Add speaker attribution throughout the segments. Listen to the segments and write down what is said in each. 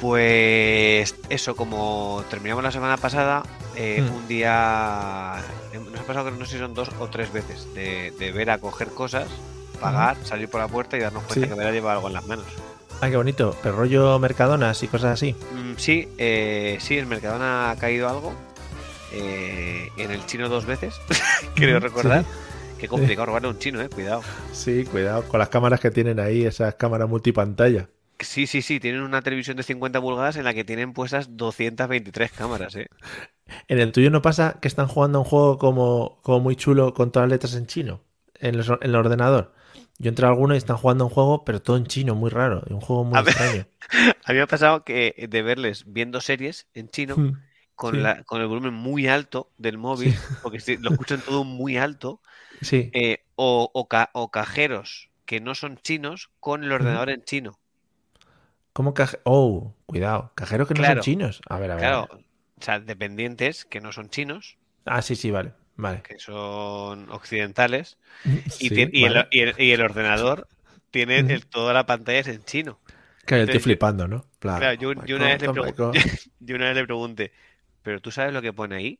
Speaker 1: Pues eso, como terminamos la semana pasada, eh,
Speaker 2: Mm.
Speaker 1: un día eh, nos ha pasado que no sé si son dos o tres veces de, de ver a coger cosas, pagar, salir por la puerta y darnos cuenta
Speaker 2: Sí.
Speaker 1: que Vera lleva algo en las manos.
Speaker 2: Ah, qué bonito. Pero rollo mercadonas y cosas así.
Speaker 1: Mm, sí, eh, sí, el Mercadona ha caído algo. eh, en el chino dos veces, creo
Speaker 2: Ujú,
Speaker 1: recordar. Qué complicado robarle a un chino, eh, cuidado.
Speaker 2: Sí, cuidado con las cámaras que tienen ahí, esas cámaras multipantalla.
Speaker 1: Sí, sí, sí, tienen una televisión de 50 pulgadas en la que tienen puestas 223 cámaras, eh.
Speaker 2: En el tuyo no pasa que están jugando a un juego como, como muy chulo con todas las letras en chino, en, los- en el ordenador. Yo entré a alguno y están jugando a un juego, pero todo en chino, muy raro, un juego muy
Speaker 1: A ver.
Speaker 2: extraño.
Speaker 1: A mí me ha pasado que de verles viendo series en chino
Speaker 2: Mm,
Speaker 1: con
Speaker 2: sí.
Speaker 1: la, con el volumen muy alto del móvil, porque se- lo escuchan todo muy alto,
Speaker 2: Sí,
Speaker 1: eh, o, o ca- o cajeros que no son chinos con el ordenador en chino.
Speaker 2: como caje... Oh, cuidado, cajeros que no son
Speaker 1: Claro,
Speaker 2: chinos. A ver, a ver. a
Speaker 1: claro,
Speaker 2: ver.
Speaker 1: o sea, dependientes que no son chinos,
Speaker 2: Ah, sí, sí, vale, vale.
Speaker 1: que son occidentales, y,
Speaker 2: Sí,
Speaker 1: tien- y el,
Speaker 2: vale.
Speaker 1: y el- y el ordenador tiene
Speaker 2: Ujú.
Speaker 1: el- toda la pantalla es en chino.
Speaker 2: Claro, estoy
Speaker 1: Entonces,
Speaker 2: flipando, ¿no? Plan,
Speaker 1: Claro, yo,
Speaker 2: oh my
Speaker 1: yo una vez le
Speaker 2: God, oh my
Speaker 1: pregun-
Speaker 2: God.
Speaker 1: yo una vez le pregunté, ¿pero tú sabes lo que pone ahí?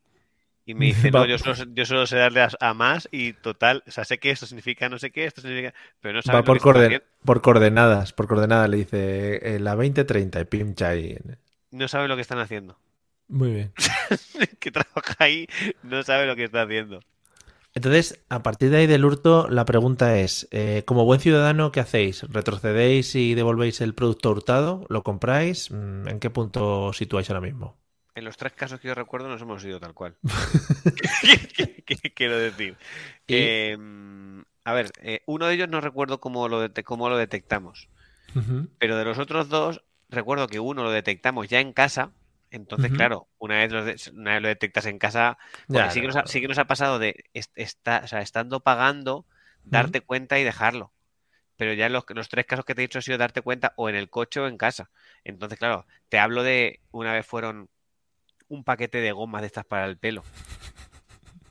Speaker 1: Y me dice, no,
Speaker 2: Va,
Speaker 1: yo solo, sé- yo solo sé darle a, a más y total, o sea, sé que esto significa, no sé qué, esto significa, pero no
Speaker 2: va
Speaker 1: sabes lo que
Speaker 2: por,
Speaker 1: está
Speaker 2: coorden-
Speaker 1: haciendo,
Speaker 2: por coordenadas, por coordenadas le dice eh, la 2030 y pincha ahí.
Speaker 1: no sabe lo que están haciendo.
Speaker 2: Muy bien.
Speaker 1: El que trabaja ahí no sabe lo que está haciendo.
Speaker 2: Entonces, a partir de ahí del hurto, la pregunta es, eh, como buen ciudadano, ¿qué hacéis? ¿Retrocedéis y devolvéis el producto hurtado? ¿Lo compráis? Mm, ¿En qué punto os situáis ahora mismo?
Speaker 1: En los tres casos que yo recuerdo nos hemos ido tal cual. ¿Qué, qué- qué quiero decir?
Speaker 2: Y...
Speaker 1: Eh, a ver, eh, uno de ellos no recuerdo cómo lo, dete- cómo lo detectamos.
Speaker 2: Ujú,
Speaker 1: Pero de los otros dos, recuerdo que uno lo detectamos ya en casa. Entonces,
Speaker 2: ujú.
Speaker 1: claro, una vez, lo de- una vez lo detectas en casa, porque
Speaker 2: Ya,
Speaker 1: sí
Speaker 2: no,
Speaker 1: que nos ha, sí que nos ha pasado de est- esta- o sea, estando pagando,
Speaker 2: Mm,
Speaker 1: darte cuenta y dejarlo. Pero ya los, los tres casos que te he dicho ha sido darte cuenta o en el coche o en casa. Entonces, claro, te hablo de una vez fueron un paquete de gomas de estas para el pelo.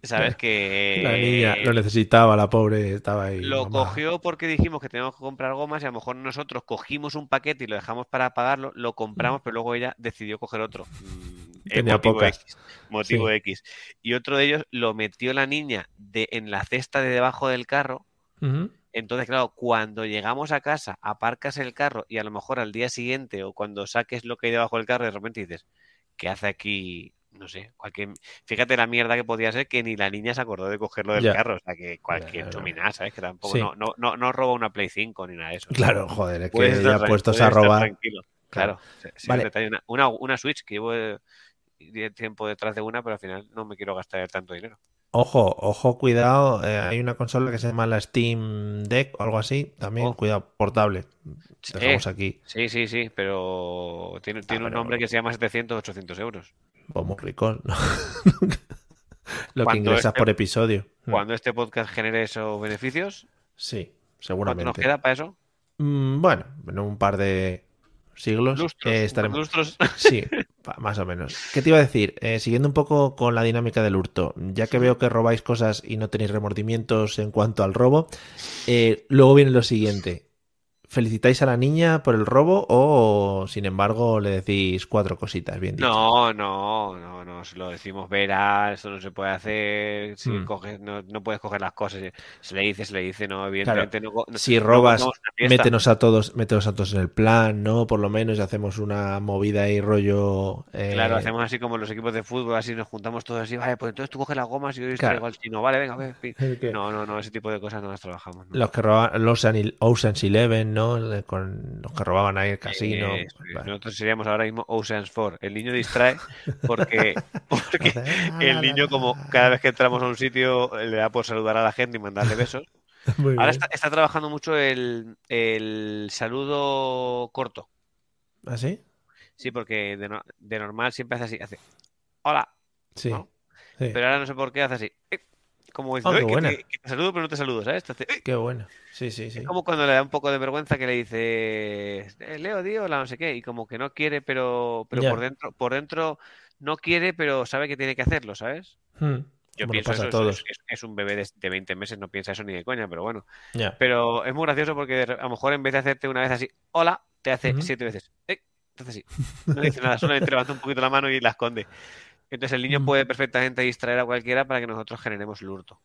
Speaker 1: Sabes
Speaker 2: claro. La niña
Speaker 1: que
Speaker 2: lo necesitaba, la pobre estaba ahí,
Speaker 1: lo
Speaker 2: mamá.
Speaker 1: cogió porque dijimos que teníamos que comprar gomas y a lo mejor nosotros cogimos un paquete y lo dejamos para pagarlo, lo compramos, pero luego ella decidió coger otro. Mm, eh,
Speaker 2: Mm. Tenía
Speaker 1: motivo
Speaker 2: pocas.
Speaker 1: X, motivo
Speaker 2: Sí.
Speaker 1: X. Y otro de ellos lo metió la niña de, en la cesta de debajo del carro.
Speaker 2: Ujú.
Speaker 1: Entonces, claro, cuando llegamos a casa, aparcas el carro y a lo mejor al día siguiente o cuando saques lo que hay debajo del carro, de repente dices, ¿qué hace aquí? No sé, cualquier... Fíjate la mierda que podía ser que ni la niña se acordó de cogerlo del
Speaker 2: Ya.
Speaker 1: carro. O sea, que cualquier
Speaker 2: Ya, no.
Speaker 1: chuminada, ¿sabes? Que tampoco, no,
Speaker 2: Sí.
Speaker 1: no, no, no roba una Play 5 ni nada de eso.
Speaker 2: Claro, joder, es
Speaker 1: Puedes
Speaker 2: que
Speaker 1: estar,
Speaker 2: ya
Speaker 1: tran-
Speaker 2: puestos a
Speaker 1: puedes estar
Speaker 2: robar.
Speaker 1: tranquilo.
Speaker 2: Claro.
Speaker 1: Claro, ese ese es el
Speaker 2: Vale.
Speaker 1: detalle. Una, una, una Switch que llevo eh, die- tiempo detrás de una, pero al final no me quiero gastar tanto dinero.
Speaker 2: Ojo, ojo, cuidado. eh, hay una consola que se llama la Steam Deck o algo así. También,
Speaker 1: Oh,
Speaker 2: cuidado, portable.
Speaker 1: ch- eh,
Speaker 2: Dejamos aquí.
Speaker 1: sí, sí, sí, pero tiene,
Speaker 2: Ah,
Speaker 1: tiene un nombre
Speaker 2: pero
Speaker 1: que se llama 700, 800 euros.
Speaker 2: vos pues, muy ricos, ¿no? Lo que
Speaker 1: Cuando
Speaker 2: ingresas
Speaker 1: este,
Speaker 2: por episodio. Hmm,
Speaker 1: cuando este podcast genere esos beneficios,
Speaker 2: Sí,
Speaker 1: ¿cuánto nos
Speaker 2: seguramente.
Speaker 1: queda para eso?
Speaker 2: Mm, bueno, en un par de siglos eh,
Speaker 1: Lustros, un par de
Speaker 2: estaremos.
Speaker 1: lustros.
Speaker 2: Sí, pa- más o menos. ¿Qué te iba a decir? Eh, siguiendo un poco con la dinámica del hurto, ya que veo que robáis cosas y no tenéis remordimientos en cuanto al robo, eh, luego viene lo siguiente. ¿Felicitáis a la niña por el robo o, sin embargo, le decís cuatro cositas bien dichas?
Speaker 1: No, no, no, no, se lo decimos, verá, eso no se puede hacer, si
Speaker 2: Hmm,
Speaker 1: coges, no, no puedes coger las cosas, eh, se le dice, se le dice, no,
Speaker 2: Claro,
Speaker 1: evidentemente no, co- no,
Speaker 2: si
Speaker 1: no
Speaker 2: robas,
Speaker 1: contamos una fiesta.
Speaker 2: métenos a todos, métenos a todos en el plan, ¿no? Por lo menos y hacemos una movida y rollo...
Speaker 1: Claro,
Speaker 2: eh,
Speaker 1: hacemos así como los equipos de fútbol, así nos juntamos todos así, vale, pues entonces tú coges las gomas y yo os
Speaker 2: claro.
Speaker 1: traigo al chino, vale, venga, ve, pi".
Speaker 2: el que-
Speaker 1: No, no, no, ese tipo de cosas no las trabajamos, no.
Speaker 2: Los que robaban, los Anil- Ocean's Eleven, ¿no? Le- Con los que robaban ahí el
Speaker 1: Eh,
Speaker 2: casino.
Speaker 1: eso
Speaker 2: pues,
Speaker 1: es.
Speaker 2: vale.
Speaker 1: Nosotros seríamos ahora mismo Ocean's 4. El niño distrae porque, porque
Speaker 2: Hace, "Ah,
Speaker 1: el
Speaker 2: la, la,
Speaker 1: niño,
Speaker 2: la,
Speaker 1: como cada vez
Speaker 2: la".
Speaker 1: que entramos a un sitio, eh, le da por saludar a la gente y mandarle besos.
Speaker 2: Muy
Speaker 1: Ahora está,
Speaker 2: bien.
Speaker 1: está trabajando mucho el, el saludo corto.
Speaker 2: ¿Ah, sí?
Speaker 1: Sí, porque de, no- de normal siempre hace así, hace hola,
Speaker 2: Sí.
Speaker 1: ¿no?
Speaker 2: Sí.
Speaker 1: Pero ahora no sé por qué hace así. "Eh", Como
Speaker 2: Oh,
Speaker 1: diciendo,
Speaker 2: qué
Speaker 1: "Eh, que te,
Speaker 2: buena.
Speaker 1: que te saludo, pero no te saludo, ¿sabes? Te hace, "Eh".
Speaker 2: Qué buena. Sí, sí,
Speaker 1: Es
Speaker 2: sí.
Speaker 1: como cuando le da un poco de vergüenza que le dice "Eh, Leo, di hola, no sé qué, y como que no quiere, pero, pero por
Speaker 2: Ya.
Speaker 1: dentro, por dentro no quiere, pero sabe que tiene que hacerlo, ¿sabes?
Speaker 2: Hmm.
Speaker 1: Yo
Speaker 2: Como nos
Speaker 1: pienso
Speaker 2: pasa
Speaker 1: eso, es,
Speaker 2: a
Speaker 1: es-
Speaker 2: todos.
Speaker 1: es- es un bebé de, de 20 meses, no piensa eso ni de coña, pero bueno.
Speaker 2: Ya.
Speaker 1: Pero es muy gracioso porque de re- a lo mejor en vez de hacerte una vez así, hola, te hace
Speaker 2: Ujú.
Speaker 1: siete veces. "Eh". Entonces sí, no dice nada, solamente levanta un poquito la mano y la esconde. Entonces el niño puede perfectamente distraer a cualquiera para que nosotros generemos el hurto.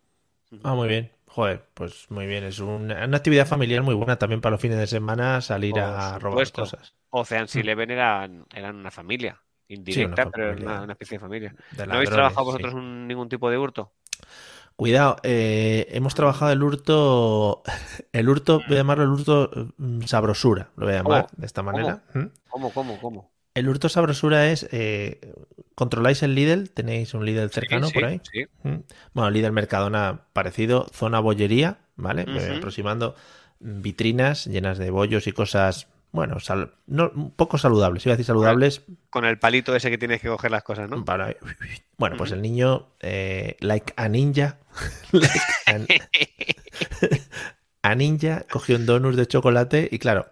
Speaker 2: Ah, muy bien. Joder, pues muy bien. Es una, una actividad familiar muy buena también para los fines de semana salir
Speaker 1: Por
Speaker 2: a robar
Speaker 1: supuesto.
Speaker 2: cosas.
Speaker 1: Ocean Eleven eran, eran una familia indirecta,
Speaker 2: Mm. una
Speaker 1: pero era
Speaker 2: familia.
Speaker 1: una, una especie de familia.
Speaker 2: de
Speaker 1: ¿No habéis
Speaker 2: ladrones,
Speaker 1: trabajado
Speaker 2: sí.
Speaker 1: vosotros un- ningún tipo de hurto?
Speaker 2: Cuidado, eh, hemos trabajado el hurto, el hurto, voy a llamarlo el hurto mm, sabrosura, lo voy a llamar
Speaker 1: ¿Cómo?
Speaker 2: de esta manera. ¿Mm?
Speaker 1: ¿Cómo, cómo, cómo?
Speaker 2: El hurto sabrosura es, eh, ¿controláis el Lidl? ¿Tenéis un Lidl cercano
Speaker 1: Sí,
Speaker 2: por
Speaker 1: sí,
Speaker 2: ahí?
Speaker 1: sí.
Speaker 2: ¿Mm? Bueno, Lidl Mercadona parecido, zona bollería, ¿vale? Me voy
Speaker 1: Ujú.
Speaker 2: aproximando mm, vitrinas llenas de bollos y cosas, bueno, sal- no, un poco saludables, iba a decir saludables,
Speaker 1: Con el palito ese que tienes que coger las cosas, ¿no?
Speaker 2: para- Bueno, pues
Speaker 1: Ujú.
Speaker 2: el niño, eh, like a ninja, like an- a ninja cogió un donut de chocolate y claro,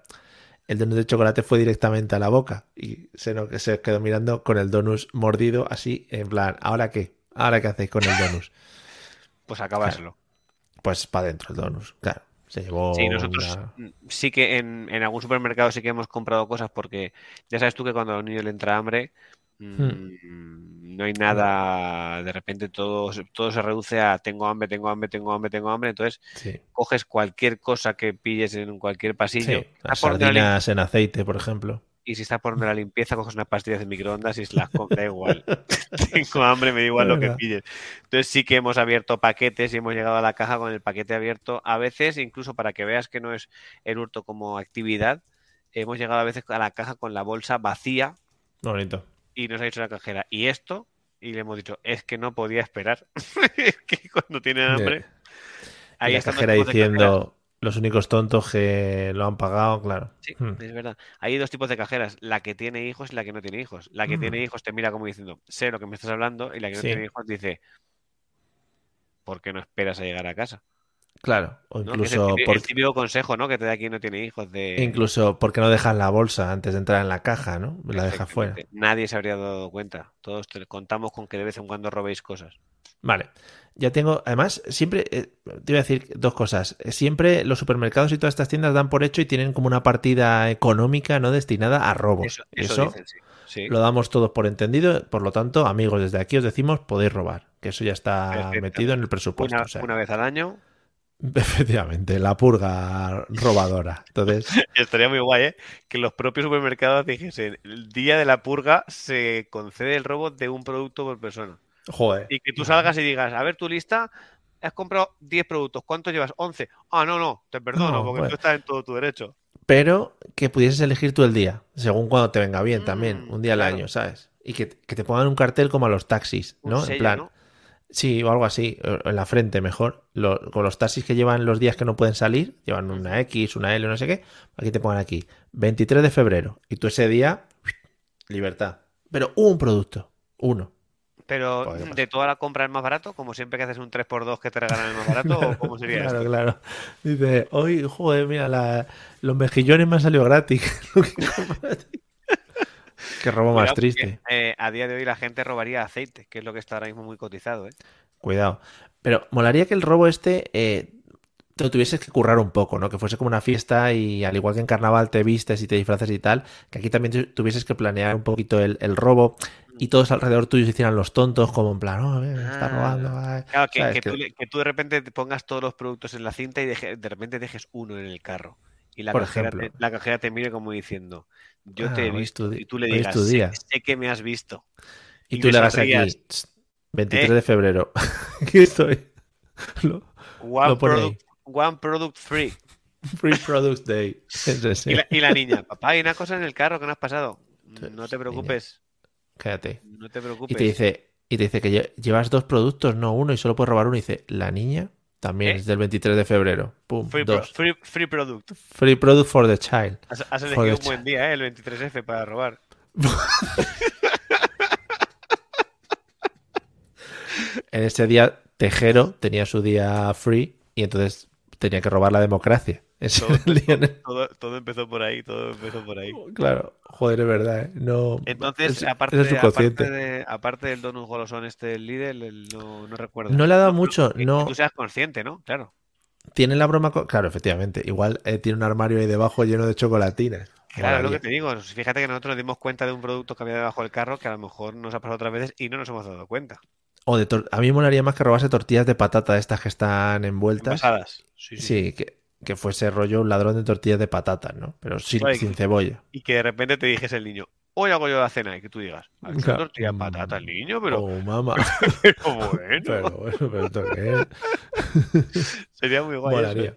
Speaker 2: el donut de chocolate fue directamente a la boca y se, no- se quedó mirando con el donut mordido así, en plan, ¿ahora qué? ¿Ahora qué hacéis con el donut?
Speaker 1: Pues acabárselo.
Speaker 2: Pues para adentro el donut, claro. Se llevó
Speaker 1: Sí, nosotros
Speaker 2: una-
Speaker 1: mm, sí que en, en algún supermercado sí que hemos comprado cosas porque ya sabes tú que cuando a los niños le entra hambre, mm, no hay nada, de repente todo, se- todo se reduce a tengo hambre, tengo hambre, tengo hambre, tengo hambre, entonces
Speaker 2: Sí,
Speaker 1: coges cualquier cosa que pilles en cualquier pasillo.
Speaker 2: sí,
Speaker 1: Está
Speaker 2: las
Speaker 1: por donde la lim-
Speaker 2: sardinas en aceite, por ejemplo.
Speaker 1: y si estás por donde la limpieza, coges unas pastillas de microondas y se las comes, da igual. Tengo hambre, me da igual
Speaker 2: Es
Speaker 1: lo que
Speaker 2: verdad.
Speaker 1: pilles. Entonces sí que hemos abierto paquetes y hemos llegado a la caja con el paquete abierto. A veces, incluso para que veas que no es el hurto como actividad, hemos llegado a veces a la caja con la bolsa vacía
Speaker 2: Bonito.
Speaker 1: y nos ha dicho la cajera, ¿y esto? Y le hemos dicho, es que no podía esperar. es que cuando tienen hambre...
Speaker 2: Eh,
Speaker 1: Ahí
Speaker 2: y la
Speaker 1: están los
Speaker 2: cajera
Speaker 1: tipos de cajeras.
Speaker 2: diciendo los únicos tontos que lo han pagado, claro.
Speaker 1: Sí,
Speaker 2: Mm.
Speaker 1: es verdad. Hay dos tipos de cajeras, la que tiene hijos y la que no tiene hijos. La que
Speaker 2: Mm.
Speaker 1: tiene hijos te mira como diciendo, sé lo que me estás hablando, y la que no
Speaker 2: Sí.
Speaker 1: tiene hijos dice, ¿por qué no esperas a llegar a casa?
Speaker 2: Claro, o
Speaker 1: ¿No? Que es el
Speaker 2: incluso
Speaker 1: típi- el,
Speaker 2: por-
Speaker 1: típico consejo, ¿no? Que te da quien no tiene hijos de...
Speaker 2: incluso porque no dejas la bolsa antes de entrar en la caja, ¿no? La dejas fuera.
Speaker 1: Efectivamente. Nadie se habría dado cuenta. Todos te- contamos con que de vez en cuando robéis cosas.
Speaker 2: Vale. Ya tengo, además, siempre, eh, te iba a decir dos cosas. Eh, Siempre los supermercados y todas estas tiendas dan por hecho y tienen como una partida económica no destinada a robos.
Speaker 1: Eso,
Speaker 2: Y
Speaker 1: eso
Speaker 2: eso
Speaker 1: dicen, sí. Sí.
Speaker 2: lo damos todos por entendido. Por lo tanto, amigos, desde aquí os decimos, podéis robar, que eso ya está
Speaker 1: Perfecto.
Speaker 2: metido en el presupuesto.
Speaker 1: Una,
Speaker 2: o sea,
Speaker 1: una vez al año.
Speaker 2: Efectivamente, la purga robadora. Entonces,
Speaker 1: Estaría muy guay, ¿eh? Que los propios supermercados dijesen, el día de la purga se concede el robo de un producto por persona.
Speaker 2: joder.
Speaker 1: Y que tú
Speaker 2: Vale.
Speaker 1: salgas y digas, a ver tu lista, has comprado 10 productos, ¿cuántos llevas? 11. Ah, no, no, te perdono,
Speaker 2: No, pues
Speaker 1: porque
Speaker 2: bueno.
Speaker 1: tú estás en todo tu derecho.
Speaker 2: pero que pudieses elegir tú el día, según cuando te venga bien también,
Speaker 1: Mm,
Speaker 2: un día al
Speaker 1: claro.
Speaker 2: año, ¿sabes? Y que, que te pongan un cartel como a los taxis,
Speaker 1: Un
Speaker 2: ¿no? en
Speaker 1: sello,
Speaker 2: plan,
Speaker 1: ¿no?
Speaker 2: sí, o algo así, o en la frente mejor. Lo- con los taxis que llevan los días que no pueden salir, llevan una X, una L, no sé qué, aquí te pongan aquí, 23 de febrero, y tú ese día, libertad. Pero un producto, uno.
Speaker 1: Pero
Speaker 2: Joder, ¿qué pasa?
Speaker 1: de toda la compra es más barato, como siempre que haces un 3x2 que te regalan el más barato, o Oh, cómo sería
Speaker 2: Claro,
Speaker 1: esto?
Speaker 2: claro. Dice, hoy, joder, mira, la- los mejillones me han salido gratis. Qué robo más
Speaker 1: Cuidado, porque,
Speaker 2: triste.
Speaker 1: eh, a día de hoy la gente robaría aceite, que es lo que está ahora mismo muy cotizado, ¿eh?
Speaker 2: Cuidado. Pero molaría que el robo este eh, te lo tuvieses que currar un poco, ¿no? Que fuese como una fiesta y al igual que en carnaval te vistes y te disfrazas y tal, que aquí también tu- tuvieses que planear un poquito el, el robo y todos alrededor tuyo se hicieran los tontos, como en plan, oh, eh, me está
Speaker 1: Mm. Ah.
Speaker 2: robando. ay".
Speaker 1: Claro, que,
Speaker 2: ¿Sabes?
Speaker 1: que
Speaker 2: Que-
Speaker 1: tú, le- que tú de repente te pongas todos los productos en la cinta y deje- de repente dejes uno en el carro. Y la
Speaker 2: Por
Speaker 1: cajera, te,
Speaker 2: ejemplo.
Speaker 1: la cajera te mire como diciendo, yo
Speaker 2: Ah,
Speaker 1: te he
Speaker 2: hoy es
Speaker 1: visto.
Speaker 2: tu di-
Speaker 1: Y tú le
Speaker 2: hoy es
Speaker 1: digas,
Speaker 2: tu
Speaker 1: sé,
Speaker 2: día.
Speaker 1: sé que me has visto.
Speaker 2: Y
Speaker 1: y
Speaker 2: tú
Speaker 1: le
Speaker 2: le hagas
Speaker 1: sonrías.
Speaker 2: aquí, "Tss, 23
Speaker 1: Eh.
Speaker 2: de febrero. Aquí estoy. Lo-
Speaker 1: One
Speaker 2: Lo pone ahí.
Speaker 1: product, one product free.
Speaker 2: Free Product Day. Ese es,
Speaker 1: Y la,
Speaker 2: eh.
Speaker 1: y la niña, papá, hay una cosa en el carro que no has pasado.
Speaker 2: Sí,
Speaker 1: No te
Speaker 2: niña.
Speaker 1: preocupes,
Speaker 2: Cállate.
Speaker 1: no te
Speaker 2: Y
Speaker 1: preocupes.
Speaker 2: te dice, y te dice que lle- llevas dos productos, no uno, y solo puedes robar uno. Y dice, la niña también
Speaker 1: ¿Eh?
Speaker 2: es del 23 de febrero. Pum,
Speaker 1: free, pro-
Speaker 2: dos.
Speaker 1: free, free product.
Speaker 2: Free product for the child.
Speaker 1: Has, has
Speaker 2: Joder,
Speaker 1: elegido un
Speaker 2: cha-
Speaker 1: buen día, ¿eh? el 23F para robar.
Speaker 2: En ese día, Tejero tenía su día free y entonces tenía que robar la democracia. Ese
Speaker 1: Todo-
Speaker 2: era el día en el-
Speaker 1: Todo, todo empezó por ahí, todo empezó por ahí.
Speaker 2: Claro, joder, es verdad, ¿eh? No,
Speaker 1: Entonces,
Speaker 2: es-
Speaker 1: aparte,
Speaker 2: es el
Speaker 1: de- aparte
Speaker 2: subconsciente.
Speaker 1: de- aparte del donut golosón este del Lidl, el- no, no recuerdo.
Speaker 2: No le ha dado mucho,
Speaker 1: Que- que
Speaker 2: no
Speaker 1: tú seas consciente, ¿no? Claro.
Speaker 2: tiene la broma, co- claro, efectivamente, igual eh, tiene un armario ahí debajo lleno de chocolatinas.
Speaker 1: Claro, lo que te digo. Fíjate que nosotros nos dimos cuenta de un producto que había debajo del carro que a lo mejor nos ha pasado otras veces y no nos hemos dado cuenta.
Speaker 2: O de tor- a mí me molaría más que robase tortillas de patata estas que están envueltas.
Speaker 1: Pasadas. Sí,
Speaker 2: Sí,
Speaker 1: sí.
Speaker 2: que, que fuese rollo un ladrón de tortillas de patata, ¿no? Pero sin,
Speaker 1: Oye,
Speaker 2: sin
Speaker 1: que-
Speaker 2: cebolla.
Speaker 1: Y que de repente te dijese el niño, hoy hago yo la cena y que tú digas, "Ha hecho
Speaker 2: Claro.
Speaker 1: tortilla de patata el niño, pero,
Speaker 2: Mm. Oh, mamá.
Speaker 1: pero bueno,
Speaker 2: Pero bueno, pero esto qué es.
Speaker 1: sería muy guay. eso.
Speaker 2: Molaría.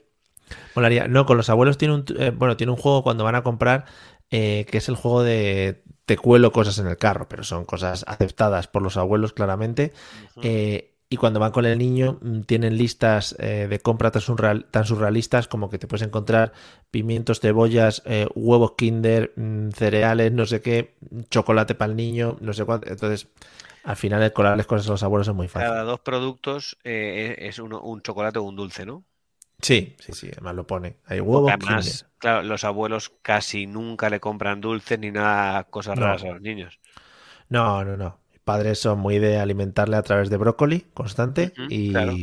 Speaker 2: Molaría. No, con los abuelos tiene un, eh, bueno, tiene un juego cuando van a comprar eh, que es el juego de te cuelo cosas en el carro, pero son cosas aceptadas por los abuelos claramente.
Speaker 1: Ujú.
Speaker 2: Eh, y cuando van con el niño mm, tienen listas eh, de compra tan, surreal- tan surrealistas como que te puedes encontrar pimientos, cebollas, eh, huevos kinder, mm, cereales, no sé qué, chocolate para el niño, no sé cuánto. Entonces, al final el colarles cosas a los abuelos es muy fácil.
Speaker 1: Cada dos productos eh, es es uno- un chocolate o un dulce, ¿no?
Speaker 2: Sí, sí, sí, además lo pone. Hay
Speaker 1: Porque
Speaker 2: huevos kinder.
Speaker 1: Además, claro, los abuelos casi nunca le compran dulces ni nada, cosas
Speaker 2: No.
Speaker 1: raras a los niños.
Speaker 2: No, no, no. Mis padres son muy de alimentarle a través de brócoli constante
Speaker 1: Ujú,
Speaker 2: y
Speaker 1: claro.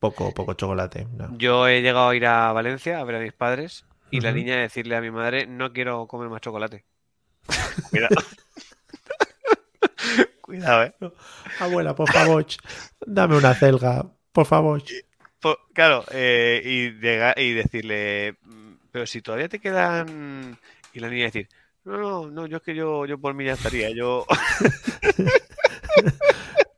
Speaker 2: poco, poco chocolate. no.
Speaker 1: Yo he llegado a ir a Valencia a ver a mis padres y la
Speaker 2: Ujú.
Speaker 1: niña decirle a mi madre, no quiero comer más chocolate. Cuidado. Cuidado, ¿eh?
Speaker 2: Abuela, por favor, dame una celga, por favor.
Speaker 1: Po- Claro, eh, y, llega- y decirle, "Mm, pero si todavía te quedan... Y la niña decir, no, no, no, yo es que yo, yo por mí ya estaría, yo...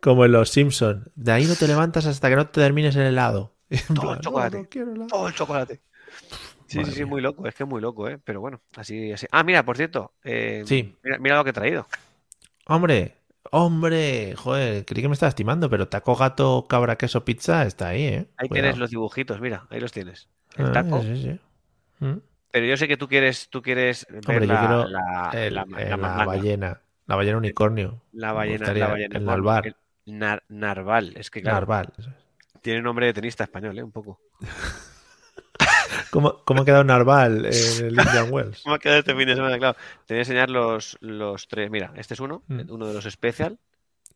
Speaker 2: Como en los Simpson. De ahí no te levantas hasta que no te termines el helado. En
Speaker 1: Todo el
Speaker 2: plan,
Speaker 1: chocolate.
Speaker 2: "No, no quiero helado".
Speaker 1: Todo ¡Oh, el chocolate. Sí,
Speaker 2: Madre
Speaker 1: sí, sí,
Speaker 2: mía.
Speaker 1: muy loco, es que es muy loco, ¿eh? Pero bueno, así, así. Ah, mira, por cierto, eh,
Speaker 2: Sí.
Speaker 1: mira, mira lo que he traído.
Speaker 2: Hombre, hombre, joder, creí que me estabas timando, pero taco, gato, cabra, queso, pizza está ahí, ¿eh?
Speaker 1: Ahí
Speaker 2: Cuidado.
Speaker 1: tienes los dibujitos, mira, ahí los tienes. El
Speaker 2: Ah,
Speaker 1: taco.
Speaker 2: sí, sí. Mm.
Speaker 1: Pero yo sé que tú quieres, tú quieres ver
Speaker 2: Hombre, yo
Speaker 1: la, la,
Speaker 2: quiero El-
Speaker 1: Ah, la-
Speaker 2: el-
Speaker 1: la
Speaker 2: la
Speaker 1: mandanga,
Speaker 2: ballena, la ballena unicornio.
Speaker 1: la
Speaker 2: Me
Speaker 1: ballena,
Speaker 2: gustaría
Speaker 1: la ballena
Speaker 2: el
Speaker 1: con
Speaker 2: narval.
Speaker 1: el nar- narval. Es que claro,
Speaker 2: Narval.
Speaker 1: tiene nombre de tenista español, ¿eh? Un poco.
Speaker 2: ¿Cómo, cómo ha quedado Narval en el Indian Wells?
Speaker 1: Me ha quedado este fin de semana, claro. Te voy a enseñar los, los tres. Mira, este es uno,
Speaker 2: Mm.
Speaker 1: uno de los especial,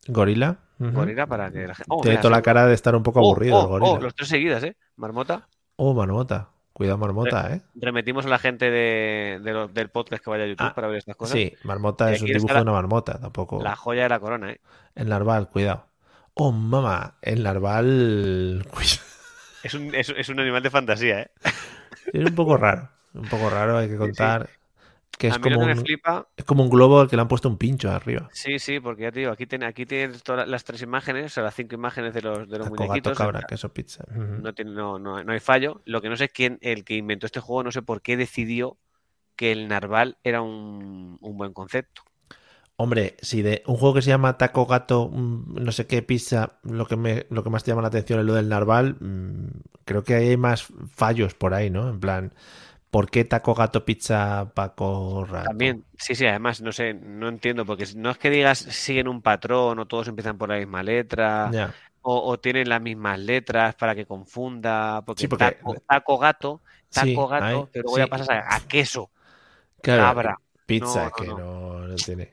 Speaker 2: Gorila. ujú.
Speaker 1: gorila, para que la gente. Oh,
Speaker 2: Tiene
Speaker 1: mira,
Speaker 2: toda la
Speaker 1: sí.
Speaker 2: cara de estar un poco
Speaker 1: Oh,
Speaker 2: aburrido
Speaker 1: oh,
Speaker 2: el
Speaker 1: oh,
Speaker 2: gorila. Oh,
Speaker 1: los tres seguidas, ¿eh? Marmota.
Speaker 2: marmota. Cuidado, marmota, ¿eh?
Speaker 1: Remetimos a la gente de, de los- del podcast que vaya a YouTube
Speaker 2: Ah,
Speaker 1: para ver estas cosas.
Speaker 2: Sí, marmota
Speaker 1: Y
Speaker 2: es un
Speaker 1: aquí está
Speaker 2: dibujo
Speaker 1: la-
Speaker 2: de una marmota, tampoco.
Speaker 1: La joya de la corona, ¿eh?
Speaker 2: El narval, cuidado. Oh, mamá, el narval. cuidado.
Speaker 1: Es un, es, es un animal de fantasía, ¿eh?
Speaker 2: Es un poco raro. Un poco raro, hay que contar. Que es
Speaker 1: a mí lo
Speaker 2: como,
Speaker 1: que me
Speaker 2: un,
Speaker 1: flipa,
Speaker 2: es como un globo al que le han puesto un pincho arriba.
Speaker 1: sí, sí, porque ya te digo, aquí, ten- aquí tienes todas las tres imágenes, o sea, las cinco imágenes de los, de los
Speaker 2: Taco, gato,
Speaker 1: muñequitos.
Speaker 2: cabra, queso, pizza. Ujú.
Speaker 1: No, tiene- no, no, no hay fallo. Lo que no sé es quién, el que inventó este juego, no sé por qué decidió que el narval era un, un buen concepto.
Speaker 2: Hombre, si de un juego que se llama Taco Gato, mm, no sé qué pizza, lo que me, lo que más te llama la atención es lo del narval, mm, creo que hay más fallos por ahí, ¿no? En plan, ¿por qué Taco Gato Pizza Paco Rato?
Speaker 1: También, sí, sí, además, no sé, no entiendo, porque no es que digas siguen un patrón o todos empiezan por la misma letra.
Speaker 2: Ya,
Speaker 1: o, o tienen las mismas letras para que confunda, porque,
Speaker 2: Sí, porque-
Speaker 1: taco, taco gato, taco
Speaker 2: Sí,
Speaker 1: gato,
Speaker 2: ahí,
Speaker 1: pero luego ya
Speaker 2: sí.
Speaker 1: pasas a, a queso,
Speaker 2: claro,
Speaker 1: cabra. No,
Speaker 2: pizza
Speaker 1: no,
Speaker 2: que
Speaker 1: no.
Speaker 2: no. no tiene.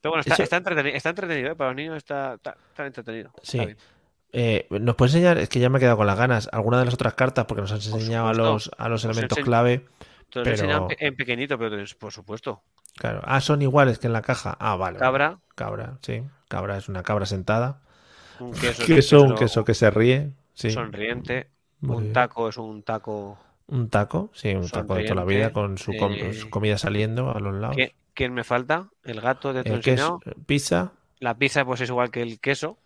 Speaker 1: Pero bueno, está,
Speaker 2: Eso-
Speaker 1: está entretenido, está entretenido ¿eh? para los niños está, está, está entretenido. está
Speaker 2: Sí.
Speaker 1: bien.
Speaker 2: Eh, ¿nos puedes enseñar? Es que ya me he quedado con las ganas. Alguna de las otras cartas, porque nos has
Speaker 1: Por
Speaker 2: enseñado a
Speaker 1: supuesto.
Speaker 2: los, a
Speaker 1: Os
Speaker 2: los elementos
Speaker 1: enseñ-
Speaker 2: clave.
Speaker 1: Te lo he enseñado en
Speaker 2: Pero-
Speaker 1: pe- en pequeñito, pero te- por supuesto.
Speaker 2: Claro. Ah, son iguales que en la caja. Ah, vale. vale.
Speaker 1: Cabra,
Speaker 2: Cabra, sí. Cabra es una cabra sentada.
Speaker 1: un queso, es
Speaker 2: queso, un queso que se ríe. Sí.
Speaker 1: sonriente,
Speaker 2: Muy
Speaker 1: un
Speaker 2: bien.
Speaker 1: taco es un taco.
Speaker 2: Un taco, sí, un taco de toda la
Speaker 1: Sonriente,
Speaker 2: vida con su, com-
Speaker 1: eh,
Speaker 2: su comida saliendo a los lados.
Speaker 1: ¿Qué- ¿Quién me falta? El gato, ya te lo he
Speaker 2: El queso,
Speaker 1: enseñado.
Speaker 2: pizza,
Speaker 1: La pizza, pues es igual que el queso.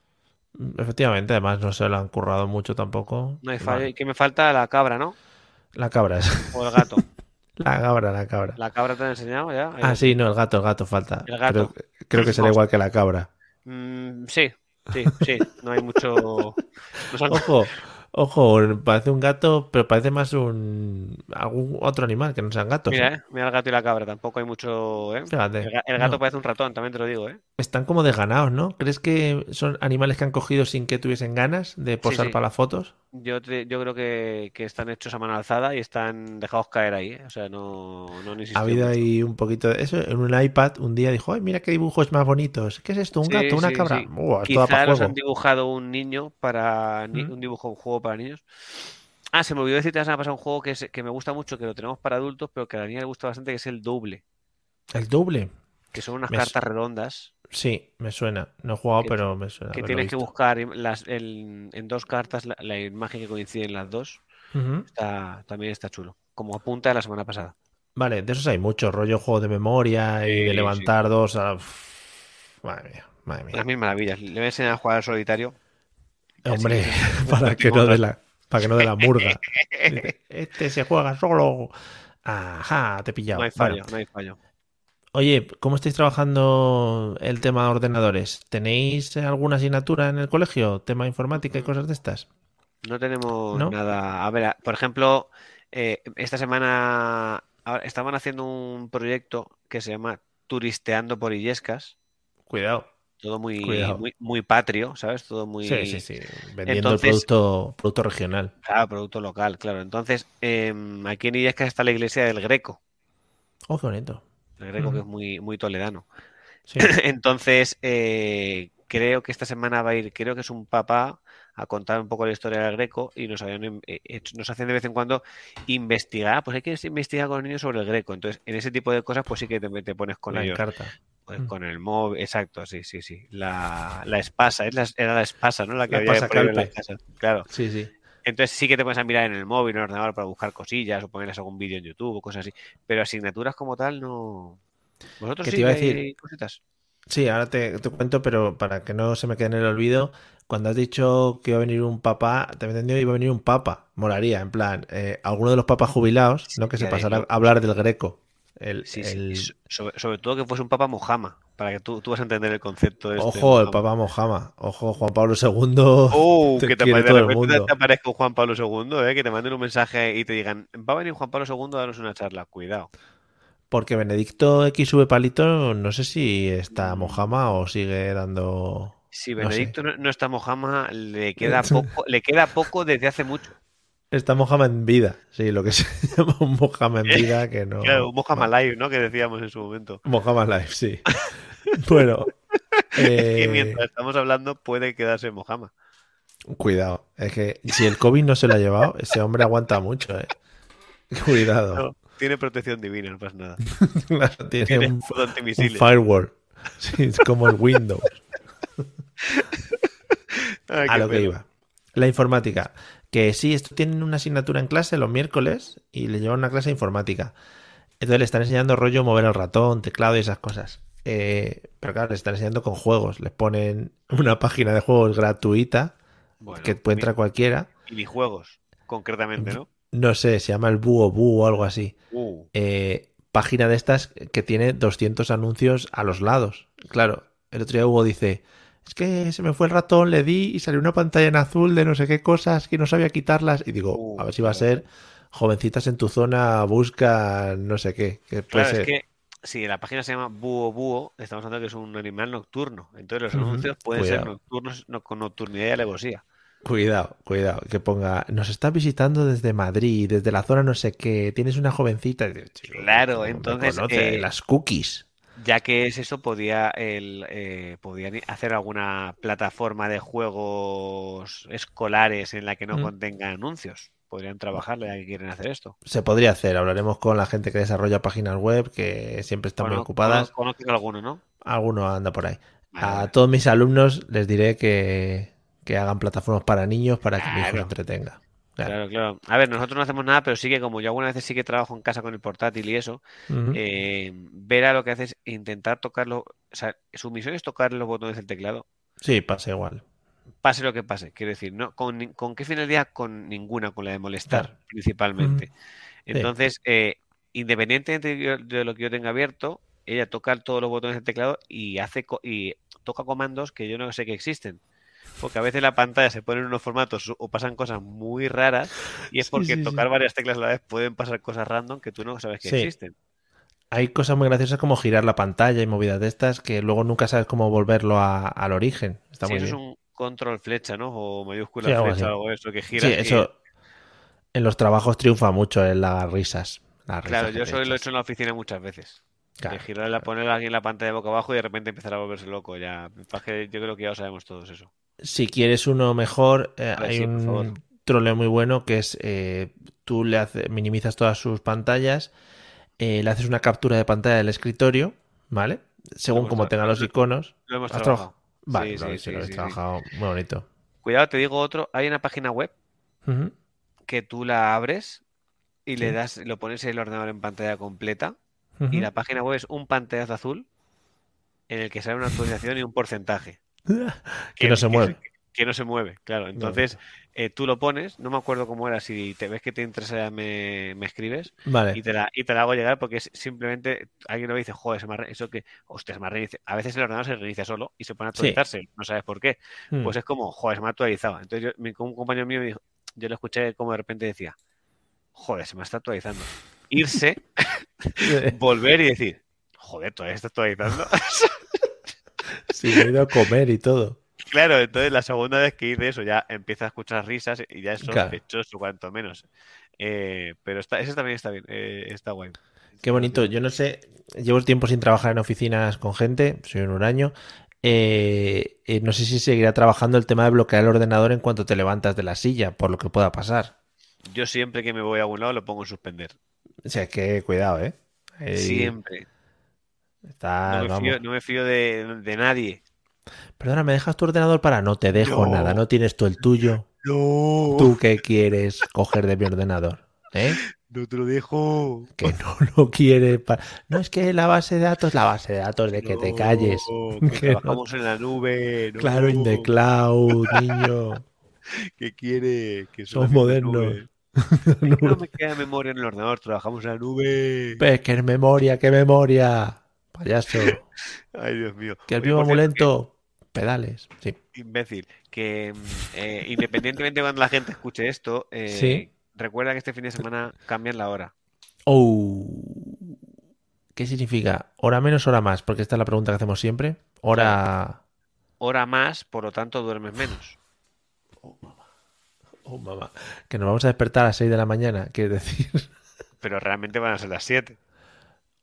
Speaker 2: efectivamente, además no se lo han currado mucho tampoco.
Speaker 1: No hay
Speaker 2: Mal.
Speaker 1: fallo. ¿Y qué me falta? La cabra, ¿no?
Speaker 2: La cabra, es-
Speaker 1: O el gato.
Speaker 2: la cabra, la cabra.
Speaker 1: La cabra te la he enseñado ya. Eh, Ahí
Speaker 2: Ah,
Speaker 1: va.
Speaker 2: sí, no, el gato, el gato falta.
Speaker 1: El gato.
Speaker 2: Creo, creo que será igual que la cabra.
Speaker 1: Mm, sí, sí, sí. No hay mucho. Nos han-
Speaker 2: Ojo, ojo, parece un gato, pero parece más un algún otro animal que no sean gatos.
Speaker 1: Mira,
Speaker 2: ¿eh?
Speaker 1: eh, mira el gato y la cabra. Tampoco hay mucho. ¿eh?
Speaker 2: Fíjate.
Speaker 1: El, ga- el gato
Speaker 2: No.
Speaker 1: parece un ratón, también te lo digo. ¿eh?
Speaker 2: Están como desganados, ¿no? ¿Crees que son animales que han cogido sin que tuviesen ganas de posar
Speaker 1: sí.
Speaker 2: para las fotos?
Speaker 1: Yo, te- yo creo que, que están hechos a mano alzada y están dejados caer ahí. ¿eh? O sea, no, no han
Speaker 2: Ha
Speaker 1: insistido
Speaker 2: habido
Speaker 1: mucho.
Speaker 2: ahí un poquito de eso. En un iPad un día dijo, ay, mira qué dibujos más bonitos. ¿Qué es esto? ¿Un
Speaker 1: Sí,
Speaker 2: gato? ¿Una
Speaker 1: sí,
Speaker 2: cabra?
Speaker 1: sí.
Speaker 2: Buah, esto
Speaker 1: Quizá
Speaker 2: da para
Speaker 1: los
Speaker 2: juego.
Speaker 1: han dibujado un niño para. ni-
Speaker 2: ¿Mm?
Speaker 1: Un dibujo, un juego para niños. Ah, se me olvidó decirte la semana pasada un juego que, es- que me gusta mucho, que lo tenemos para adultos, pero que a la niña le gusta bastante, que es el doble.
Speaker 2: El doble.
Speaker 1: que son unas
Speaker 2: Me
Speaker 1: cartas redondas
Speaker 2: Sí, me suena. No he jugado,
Speaker 1: Que-
Speaker 2: pero me suena.
Speaker 1: que
Speaker 2: haberlo
Speaker 1: tienes que
Speaker 2: visto.
Speaker 1: buscar im- las, el- en dos cartas la, la imagen que coinciden las dos.
Speaker 2: Ujú.
Speaker 1: Está, también está chulo. Como apunta de la semana pasada.
Speaker 2: Vale, de esos hay muchos. Rollo juego de memoria y
Speaker 1: Sí,
Speaker 2: de
Speaker 1: sí.
Speaker 2: levantar dos. a- Uf, Madre mía, madre mía.
Speaker 1: Las mil maravillas. Le voy a enseñar a jugar al solitario.
Speaker 2: Hombre,
Speaker 1: Así que-
Speaker 2: para que no de la, para que no de la murga. Dice, Este se juega solo. Ajá, te he pillado.
Speaker 1: No hay
Speaker 2: Bueno,
Speaker 1: fallo, no hay fallo.
Speaker 2: oye, ¿cómo estáis trabajando el tema de ordenadores? ¿Tenéis alguna asignatura en el colegio? ¿Tema informática y cosas de estas?
Speaker 1: No tenemos
Speaker 2: ¿No?
Speaker 1: nada. A ver, a- por ejemplo, eh, esta semana ahora estaban haciendo un proyecto que se llama Turisteando por Illescas.
Speaker 2: Cuidado.
Speaker 1: Todo muy,
Speaker 2: Cuidado.
Speaker 1: muy, muy patrio, ¿sabes? Todo muy
Speaker 2: Sí, sí, sí. Vendiendo
Speaker 1: Entonces-
Speaker 2: el producto, producto regional.
Speaker 1: claro, ah, producto local, claro. Entonces, eh, aquí en Illescas está la iglesia del Greco.
Speaker 2: Oh, qué bonito.
Speaker 1: El Greco que es
Speaker 2: Ujú.
Speaker 1: muy, muy toledano.
Speaker 2: Sí.
Speaker 1: Entonces, eh, creo que esta semana va a ir, creo que es un papá a contar un poco la historia del Greco y nos, habían, em, eh, hecho- nos hacen de vez en cuando investigar, pues hay que investigar con los niños sobre el Greco. Entonces, en ese tipo de cosas, pues sí que te, te pones con
Speaker 2: la
Speaker 1: ellos,
Speaker 2: encarta.
Speaker 1: pues con el móvil, exacto, sí, sí, sí. La, la espasa, es la- era la espasa, ¿no? La que
Speaker 2: La
Speaker 1: había por ahí en las
Speaker 2: pasacalpe.
Speaker 1: casas, claro.
Speaker 2: Sí, sí.
Speaker 1: Entonces sí que te pones a mirar en el móvil, en el ordenador para buscar cosillas o ponerles algún vídeo en YouTube o cosas así. Pero asignaturas como tal no... ¿Vosotros
Speaker 2: ¿Qué te
Speaker 1: sí
Speaker 2: iba a
Speaker 1: que hay
Speaker 2: decir?
Speaker 1: cositas?
Speaker 2: Sí, ahora te, te cuento, pero para que no se me quede en el olvido, cuando has dicho que iba a venir un papá, te he entendido, iba a venir un papa, molaría, en plan, eh, alguno de los papas jubilados, ¿no? Que
Speaker 1: y
Speaker 2: se pasara
Speaker 1: además-
Speaker 2: a hablar del greco. El,
Speaker 1: Sí, sí,
Speaker 2: el-
Speaker 1: y so- Sobre, sobre todo que fuese un papa Mojama, para que tú, tú vas a entender el concepto de este
Speaker 2: Ojo, el
Speaker 1: Mojama.
Speaker 2: Papa Mojama, ojo, Juan Pablo II,
Speaker 1: ¡Oh!
Speaker 2: te
Speaker 1: que te
Speaker 2: quiere
Speaker 1: aparezca-
Speaker 2: todo
Speaker 1: de
Speaker 2: el
Speaker 1: repente
Speaker 2: mundo.
Speaker 1: te aparezca un Juan Pablo II, ¿eh? que te manden un mensaje y te digan, va a venir Juan Pablo II a darnos una charla, cuidado.
Speaker 2: porque Benedicto XV Palito, no sé si está
Speaker 1: Mm.
Speaker 2: Mojama o sigue dando...
Speaker 1: Si
Speaker 2: no sé. Eh,
Speaker 1: Benedicto no, no está Mojama, le queda poco, le queda poco desde hace mucho.
Speaker 2: Está Mojama en vida, sí, lo que se llama un Mojama en vida que no...
Speaker 1: Claro, un Mojama Live, ¿no? Que decíamos en su momento.
Speaker 2: Mojama Live, sí. Bueno. eh,
Speaker 1: Que mientras estamos hablando puede quedarse Mojama.
Speaker 2: Cuidado. Es que si el COVID no se lo ha llevado, ese hombre aguanta mucho, ¿eh? Cuidado.
Speaker 1: No, tiene protección divina, no pasa nada.
Speaker 2: Claro, tiene
Speaker 1: Tiene
Speaker 2: un,
Speaker 1: escudo
Speaker 2: un
Speaker 1: antimisiles.
Speaker 2: firewall. Sí, es como el Windows.
Speaker 1: Ay,
Speaker 2: A
Speaker 1: qué
Speaker 2: lo que
Speaker 1: pena.
Speaker 2: iba. La informática. Que sí, esto tienen una asignatura en clase los miércoles y le llevan una clase de informática. Entonces le están enseñando rollo mover el ratón, teclado y esas cosas. Eh, pero claro, les están enseñando con juegos. Les ponen una página de juegos gratuita
Speaker 1: Bueno,
Speaker 2: que puede entrar cualquiera.
Speaker 1: minijuegos, concretamente, ¿no?
Speaker 2: No sé, se llama el Búho Búho o algo así.
Speaker 1: Uh,
Speaker 2: Eh, página de estas que tiene 200 anuncios a los lados. Claro, el otro día Hugo dice, es que se me fue el ratón, le di y salió una pantalla en azul de no sé qué cosas que no sabía quitarlas. Y digo,
Speaker 1: Uh,
Speaker 2: a ver si va a
Speaker 1: claro.
Speaker 2: ser jovencitas en tu zona buscan no sé qué. Que puede
Speaker 1: claro, es
Speaker 2: ser.
Speaker 1: que si la página se llama Búho Búho, estamos hablando que es un animal nocturno. Entonces los
Speaker 2: Ujú,
Speaker 1: anuncios pueden ser
Speaker 2: cuidado.
Speaker 1: nocturnos no- con nocturnidad y alevosía.
Speaker 2: Cuidado, cuidado, que ponga, nos estás visitando desde Madrid, desde la zona no sé qué, tienes una jovencita. Y digo, "Chico,
Speaker 1: Claro,
Speaker 2: no me
Speaker 1: entonces,
Speaker 2: conoce,
Speaker 1: eh,
Speaker 2: las cookies.
Speaker 1: Ya que es eso, podía, el, eh, podían i- hacer alguna plataforma de juegos escolares en la que no
Speaker 2: Mm.
Speaker 1: contenga anuncios. Podrían trabajarle a que quieren hacer esto.
Speaker 2: se podría hacer. Hablaremos con la gente que desarrolla páginas web, que siempre están muy
Speaker 1: Cono-
Speaker 2: ocupadas.
Speaker 1: cono- Conozco alguno, ¿no?
Speaker 2: Alguno anda por ahí.
Speaker 1: Vale,
Speaker 2: A
Speaker 1: vale.
Speaker 2: todos mis alumnos les diré que, que hagan plataformas para niños para que mi hijo
Speaker 1: Claro.
Speaker 2: se entretenga. Claro.
Speaker 1: Claro, claro. A ver, nosotros no hacemos nada, pero sí que como yo algunas veces sí que trabajo en casa con el portátil y eso,
Speaker 2: Ujú.
Speaker 1: eh, Vera lo que hace es intentar tocarlo, o sea, su misión es tocar los botones del teclado,
Speaker 2: Sí, pasa igual.
Speaker 1: pase lo que pase, quiero decir, ¿no? ¿Con, nin- con qué finalidad? Con ninguna, con la de molestar,
Speaker 2: Claro.
Speaker 1: principalmente. Entonces, eh, independientemente de yo- de lo que yo tenga abierto, ella toca todos los botones del teclado y hace co- y toca comandos que yo no sé que existen. Porque a veces la pantalla se pone en unos formatos o pasan cosas muy raras y es
Speaker 2: Sí,
Speaker 1: porque
Speaker 2: sí, sí.
Speaker 1: tocar varias teclas a la vez pueden pasar cosas random que tú no sabes que
Speaker 2: Sí.
Speaker 1: existen.
Speaker 2: Hay cosas muy graciosas como girar la pantalla y movidas de estas que luego nunca sabes cómo volverlo a- al origen. Está
Speaker 1: Sí,
Speaker 2: muy
Speaker 1: eso es
Speaker 2: bien.
Speaker 1: un control flecha, ¿no? O mayúscula
Speaker 2: Sí, algo
Speaker 1: flecha
Speaker 2: así.
Speaker 1: o algo de eso que
Speaker 2: Sí,
Speaker 1: giras. que-
Speaker 2: eso en los trabajos triunfa mucho en las risas. Las risas
Speaker 1: Claro,
Speaker 2: que
Speaker 1: yo
Speaker 2: te
Speaker 1: eso lo he
Speaker 2: echas.
Speaker 1: hecho en la oficina muchas veces.
Speaker 2: Claro.
Speaker 1: de girar la poner a alguien la pantalla boca abajo y de repente empezar a volverse loco. Ya, Es que yo creo que ya lo sabemos todos eso.
Speaker 2: Si quieres uno mejor, eh,
Speaker 1: A ver,
Speaker 2: hay
Speaker 1: sí, por favor.
Speaker 2: un troleo muy bueno que es eh, tú le hace- minimizas todas sus pantallas eh, le haces una captura de pantalla del escritorio, ¿vale? Según
Speaker 1: hemos
Speaker 2: como
Speaker 1: tra-
Speaker 2: tenga los
Speaker 1: lo-
Speaker 2: iconos.
Speaker 1: Lo hemos
Speaker 2: ¿Has
Speaker 1: trabajado.
Speaker 2: Vale,
Speaker 1: Sí,
Speaker 2: lo
Speaker 1: sí,
Speaker 2: habéis-
Speaker 1: sí,
Speaker 2: lo habéis
Speaker 1: sí, sí.
Speaker 2: trabajado muy bonito.
Speaker 1: Cuidado, te digo otro. Hay una página web
Speaker 2: Ujú.
Speaker 1: que tú la abres y le
Speaker 2: Sí.
Speaker 1: das, lo pones el ordenador en pantalla completa y
Speaker 2: Ujú.
Speaker 1: la página web es un pantallazo azul en el que sale una actualización y un porcentaje.
Speaker 2: Que no se mueve.
Speaker 1: Que, no se mueve, claro. Entonces eh, tú lo pones, no me acuerdo cómo era, si te ves que te interesa ya me, me escribes y
Speaker 2: Vale.
Speaker 1: te, la, y te la hago llegar porque es simplemente alguien lo ve y dice, joder, se me ha re- eso que, hostia, se me ha reinici-". A veces el ordenador se reinicia solo y se pone a
Speaker 2: Sí.
Speaker 1: actualizarse, no sabes por qué.
Speaker 2: Mm.
Speaker 1: Pues es como, joder, se me ha actualizado. Entonces yo- mi- un compañero mío me dijo, yo lo escuché como de repente decía, joder, se me está actualizando. Irse, volver y decir, joder, todavía está actualizando.
Speaker 2: Sí, me he ido a comer y todo.
Speaker 1: Claro, entonces la segunda vez que hice eso ya empieza a escuchar risas y ya es
Speaker 2: Claro.
Speaker 1: sospechoso, cuanto menos. Eh, pero está, ese también está bien, eh, está guay.
Speaker 2: Qué bonito. Yo no sé, llevo tiempo sin trabajar en oficinas con gente, soy un huraño. Eh, eh, no sé si seguirá trabajando el tema de bloquear el ordenador en cuanto te levantas de la silla, por lo que pueda pasar.
Speaker 1: Yo siempre que me voy a algún lado lo pongo en suspender.
Speaker 2: O sea, es que cuidado, ¿eh? Ahí
Speaker 1: Siempre. em, No
Speaker 2: está,
Speaker 1: me
Speaker 2: Ah, vamos.
Speaker 1: fío, no me fío de, de nadie.
Speaker 2: Perdona, ¿me dejas tu ordenador para? No te dejo
Speaker 1: No.
Speaker 2: nada, no tienes tú el tuyo.
Speaker 1: No,
Speaker 2: ¿Tú qué quieres coger de mi ordenador? ¿Eh?
Speaker 1: no te lo dejo.
Speaker 2: Que no lo quieres. pa- No, es que la base de datos, la base de datos de que te calles.
Speaker 1: Que,
Speaker 2: Que no-
Speaker 1: trabajamos en la nube. no.
Speaker 2: Claro, in the cloud, niño.
Speaker 1: ¿Qué quiere? Que
Speaker 2: Son
Speaker 1: solamente en la
Speaker 2: modernos.
Speaker 1: nube. No me queda memoria en el ordenador, trabajamos en la nube.
Speaker 2: Ves que es memoria, qué memoria. Payaso.
Speaker 1: Ay, Dios mío.
Speaker 2: Que el
Speaker 1: Oye,
Speaker 2: vivo
Speaker 1: por cierto,
Speaker 2: muy lento. Pedales. Sí.
Speaker 1: imbécil, que mm, eh, independientemente de cuando la gente escuche esto, eh,
Speaker 2: Sí.
Speaker 1: recuerda que este fin de semana cambian la hora.
Speaker 2: Oh. ¿Qué significa? ¿Hora menos, hora más? Porque esta es la pregunta que hacemos siempre. Hora.
Speaker 1: Hora más, por lo tanto duermes menos.
Speaker 2: Oh, mamá. Que nos vamos a despertar a las 6 de la mañana, quieres decir.
Speaker 1: Pero realmente van a ser las 7.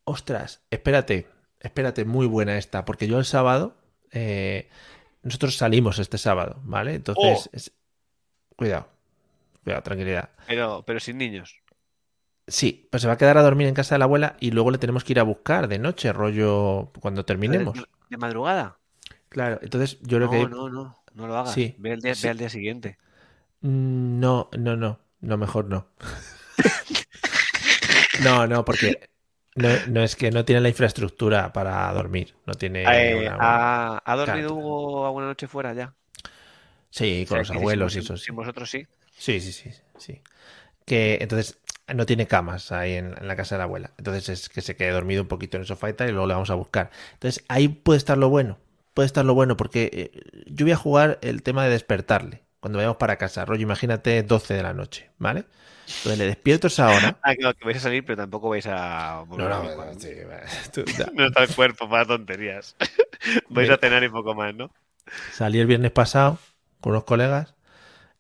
Speaker 2: Ostras, espérate, espérate, muy buena esta, porque yo el sábado, eh, nosotros salimos este sábado, ¿vale? Entonces,
Speaker 1: Oh.
Speaker 2: es- cuidado, cuidado, tranquilidad.
Speaker 1: Pero, pero sin niños.
Speaker 2: Sí, pues se va a quedar a dormir en casa de la abuela y luego le tenemos que ir a buscar de noche, rollo cuando
Speaker 1: ¿De,
Speaker 2: terminemos.
Speaker 1: Eh, de madrugada?
Speaker 2: Claro, entonces yo creo
Speaker 1: No,
Speaker 2: que...
Speaker 1: no, no. No lo hagas.
Speaker 2: Sí.
Speaker 1: Ve al día,
Speaker 2: Sí.
Speaker 1: ve al día siguiente.
Speaker 2: Mm, No, no, no, no, mejor no. No, no, porque no, no es que no tiene la infraestructura para dormir, no tiene...
Speaker 1: Eh,
Speaker 2: una-
Speaker 1: ¿ha, ha dormido
Speaker 2: Ah, Claro.
Speaker 1: Hugo alguna noche fuera ya?
Speaker 2: Sí,
Speaker 1: O sea,
Speaker 2: con los
Speaker 1: que sin-
Speaker 2: abuelos y
Speaker 1: sin-
Speaker 2: eso sí.
Speaker 1: Sin vosotros sí.
Speaker 2: Sí, sí, sí, sí. Que entonces no tiene camas ahí en, en la casa de la abuela. Entonces es que se quede dormido un poquito en el sofá y tal, y luego le vamos a buscar. Entonces ahí puede estar lo bueno. Puede estar lo bueno, porque eh, yo voy a jugar el tema de despertarle cuando vayamos para casa. Rollo, imagínate 12 de la noche, ¿vale? Entonces le despierto esa hora.
Speaker 1: Ah, claro, que vais a salir, pero tampoco vais a...
Speaker 2: No, no,
Speaker 1: no,
Speaker 2: sí, tú- da-
Speaker 1: no está el cuerpo para tonterías. Vais
Speaker 2: Mira.
Speaker 1: a cenar y poco más, ¿no?
Speaker 2: Salí el viernes pasado con unos colegas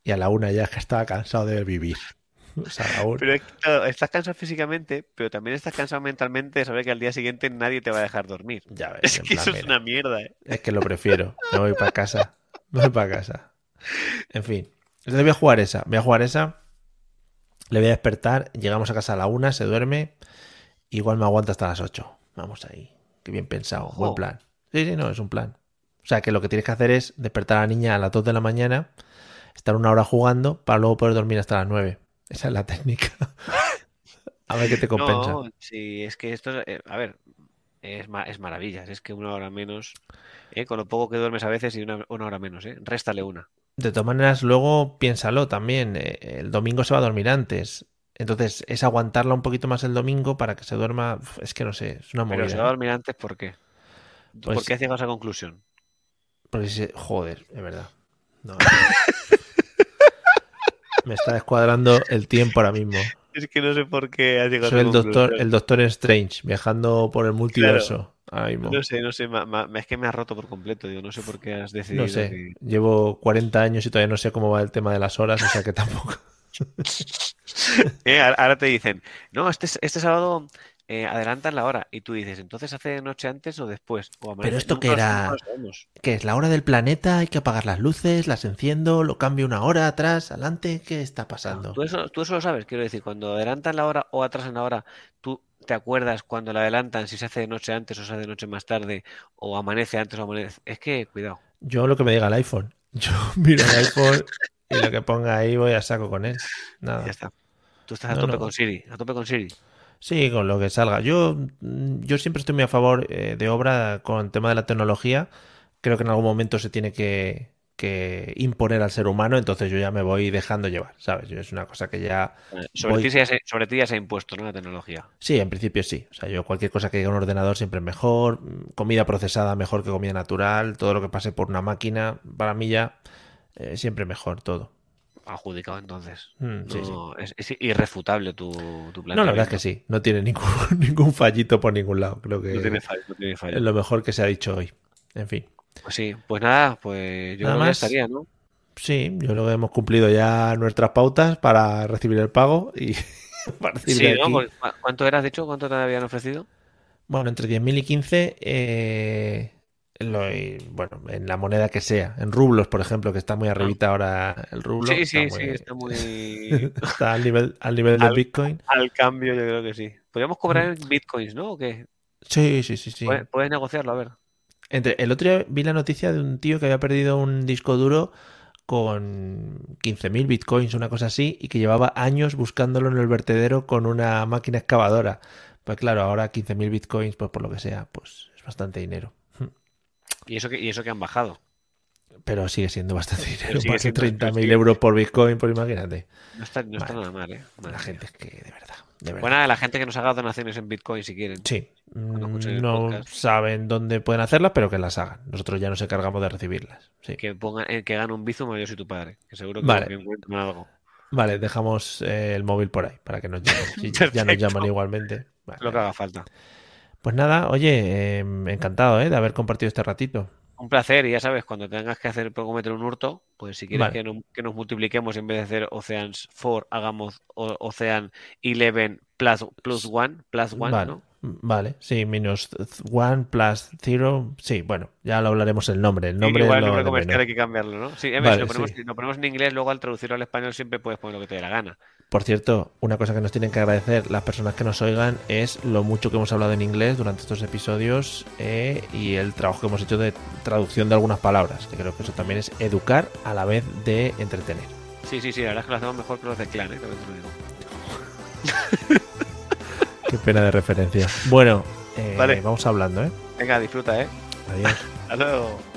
Speaker 2: y a la una ya es que estaba cansado de vivir. O sea, a la una-
Speaker 1: Pero es que, claro, estás cansado físicamente, pero también estás cansado mentalmente de saber que al día siguiente nadie te va a dejar dormir.
Speaker 2: ya ves,
Speaker 1: Es
Speaker 2: en
Speaker 1: que
Speaker 2: plan,
Speaker 1: eso es
Speaker 2: mira.
Speaker 1: una mierda, ¿eh?
Speaker 2: Es que lo prefiero. Me voy para casa. Me voy para casa. En fin. Entonces voy a jugar esa. Voy a jugar esa. Le voy a despertar. Llegamos a casa a la una, se duerme. Igual me aguanta hasta las 8. Vamos ahí. Qué bien pensado.
Speaker 1: Ojo.
Speaker 2: Buen plan. Sí, sí, no, es un plan. O sea que lo que tienes que hacer es despertar a la niña a las 2 de la mañana, estar una hora jugando para luego poder dormir hasta las 9. Esa es la técnica. A ver qué te compensa.
Speaker 1: No, sí, es que esto, es- eh, a ver, es, ma- es maravillas, es que una hora menos, ¿eh? con lo poco que duermes a veces y una, una hora menos, ¿eh? réstale una.
Speaker 2: De todas maneras, luego piénsalo también. eh, El domingo se va a dormir antes. Entonces, es aguantarla un poquito más el domingo para que se duerma. Uf, Es que no sé, es una
Speaker 1: Pero
Speaker 2: movida.
Speaker 1: se va a
Speaker 2: ¿eh?
Speaker 1: dormir antes, ¿por qué?
Speaker 2: Pues-
Speaker 1: ¿Por qué has llegado a esa conclusión?
Speaker 2: Porque si- joder, es verdad. No, no. Me está descuadrando el tiempo ahora mismo.
Speaker 1: Es que no sé por qué has llegado
Speaker 2: Soy
Speaker 1: a
Speaker 2: el
Speaker 1: esa
Speaker 2: doctor,
Speaker 1: conclusión.
Speaker 2: el doctor Strange, viajando por el multiverso. Ahora mismo.
Speaker 1: No sé, no sé, ma- ma- es que me has roto por completo, digo, no sé por qué has decidido
Speaker 2: No sé,
Speaker 1: que-
Speaker 2: llevo 40 años y todavía no sé cómo va el tema de las horas, o sea que tampoco.
Speaker 1: Eh, ahora- Ahora te dicen, no, este, s- este sábado eh, adelantan la hora. Y tú dices, entonces hace noche antes o después. O amanece.
Speaker 2: esto
Speaker 1: Nunca
Speaker 2: qué
Speaker 1: lo-
Speaker 2: era-
Speaker 1: nunca lo sabemos.
Speaker 2: ¿Qué es la hora del planeta? Hay que apagar las luces, las enciendo, lo cambio una hora atrás, adelante. ¿Qué está pasando?
Speaker 1: Pues, Tú eso, tú eso lo sabes, quiero decir, cuando adelantan la hora o atrasan la hora, tú te acuerdas cuando la adelantan, si se hace de noche antes o se hace de noche más tarde, o amanece antes o amanece. Es que, cuidado.
Speaker 2: Yo lo que me diga el iPhone. Yo miro el iPhone y lo que ponga ahí voy a saco con él. Nada.
Speaker 1: Ya está. Tú estás a
Speaker 2: Ah. No,
Speaker 1: tope
Speaker 2: no.
Speaker 1: con Siri, a tope con Siri.
Speaker 2: Sí, con lo que salga. Yo, mm, yo siempre estoy muy a favor eh, de obra con el tema de la tecnología. Creo que en algún momento se tiene que, que imponer al ser humano, entonces yo ya me voy dejando llevar, ¿sabes? Yo es una cosa que ya...
Speaker 1: Eh, Sobre
Speaker 2: Voy-
Speaker 1: ti, ya se, sobre ti ya se ha impuesto ¿no? la tecnología.
Speaker 2: Sí, en principio sí. O sea, yo cualquier cosa que llegue a un ordenador siempre es mejor, mm, comida procesada mejor que comida natural, todo lo que pase por una máquina, para mí ya eh, siempre mejor todo.
Speaker 1: Adjudicado entonces.
Speaker 2: Mm, sí, sí.
Speaker 1: No, Es, es irrefutable tu, tu
Speaker 2: No, la verdad es que sí, no tiene ningún, ningún fallito por ningún lado, creo que eh,
Speaker 1: No tiene fallo, no tiene fallo.
Speaker 2: es lo mejor que se ha dicho hoy. En fin.
Speaker 1: Pues sí, pues nada, pues yo creo
Speaker 2: Nada
Speaker 1: que ya
Speaker 2: más.
Speaker 1: estaría, ¿no?
Speaker 2: Sí, yo creo que hemos cumplido ya nuestras pautas para recibir el pago y a partir
Speaker 1: Sí,
Speaker 2: de
Speaker 1: ¿no?
Speaker 2: aquí-
Speaker 1: Porque, ¿cu- ¿Cuánto eras, dicho? ¿Cuánto te habían ofrecido?
Speaker 2: Bueno, entre 10.000 y 15, eh, lo- y, bueno, en la moneda que sea, en rublos, por ejemplo, que está muy arribita ahora el rublo.
Speaker 1: sí, sí,
Speaker 2: está
Speaker 1: sí,
Speaker 2: muy-
Speaker 1: está muy...
Speaker 2: está al nivel, al nivel de
Speaker 1: Al-
Speaker 2: Bitcoin.
Speaker 1: Al cambio yo creo que sí. Podríamos cobrar en bitcoins, ¿no? ¿O qué?
Speaker 2: Sí, sí, sí, Mm. sí.
Speaker 1: Puedes, puedes negociarlo, a ver.
Speaker 2: Entre, el otro día vi la noticia de un tío que había perdido un disco duro con 15.000 bitcoins, una cosa así, y que llevaba años buscándolo en el vertedero con una máquina excavadora. Pues claro, ahora 15.000 bitcoins, pues por lo que sea, pues es bastante dinero.
Speaker 1: Y eso que, y eso que han bajado.
Speaker 2: Pero sigue siendo bastante dinero,
Speaker 1: sigue
Speaker 2: más que
Speaker 1: siendo-
Speaker 2: 30.000 euros por bitcoin, por imagínate.
Speaker 1: No está, no está
Speaker 2: Vale.
Speaker 1: nada mal, ¿eh? Madre
Speaker 2: La
Speaker 1: mía.
Speaker 2: gente es que, de verdad, de verdad.
Speaker 1: Bueno, a la gente que nos haga donaciones en Bitcoin si quieren.
Speaker 2: Sí,
Speaker 1: escuchen
Speaker 2: mm,
Speaker 1: el
Speaker 2: no
Speaker 1: podcast.
Speaker 2: saben dónde pueden hacerlas, pero que las hagan. Nosotros ya nos encargamos de recibirlas. Sí.
Speaker 1: Que pongan, eh, que gane un bizum yo soy tu padre. Que seguro que,
Speaker 2: Vale.
Speaker 1: que encuentran algo.
Speaker 2: Vale, dejamos eh, el móvil por ahí para que nos llamen. Si ya nos
Speaker 1: Perfecto.
Speaker 2: llaman igualmente. Vale.
Speaker 1: Lo que haga falta.
Speaker 2: Pues nada, oye, eh, encantado eh, de haber compartido este ratito.
Speaker 1: Un placer, y ya sabes, cuando tengas que hacer cometer un hurto, pues si quieres
Speaker 2: Vale.
Speaker 1: que, no- que nos multipliquemos en vez de hacer Oceans 4, hagamos o- Ocean 11 plus, plus one, plus one,
Speaker 2: vale, mm,
Speaker 1: ¿no?
Speaker 2: vale, sí, menos th- one plus zero. Sí, bueno, ya lo hablaremos el nombre. El nombre
Speaker 1: Igual el
Speaker 2: lo
Speaker 1: nombre este,
Speaker 2: de
Speaker 1: comercial
Speaker 2: menos.
Speaker 1: hay que cambiarlo, ¿no? Sí, en
Speaker 2: Vale,
Speaker 1: si lo ponemos,
Speaker 2: sí.
Speaker 1: si lo ponemos en inglés, luego al traducirlo al español siempre puedes poner lo que te dé la gana.
Speaker 2: Por cierto, una cosa que nos tienen que agradecer las personas que nos oigan es lo mucho que hemos hablado en inglés durante estos episodios eh, y el trabajo que hemos hecho de traducción de algunas palabras, que creo que eso también es educar a la vez de entretener.
Speaker 1: Sí, sí, sí, la verdad es que lo hacemos mejor que los de Clan, ¿eh? También te lo digo.
Speaker 2: Qué pena de referencia. Bueno, eh,
Speaker 1: Vale.
Speaker 2: vamos hablando, ¿eh?
Speaker 1: Venga, disfruta, ¿eh?
Speaker 2: Adiós.
Speaker 1: Hasta luego.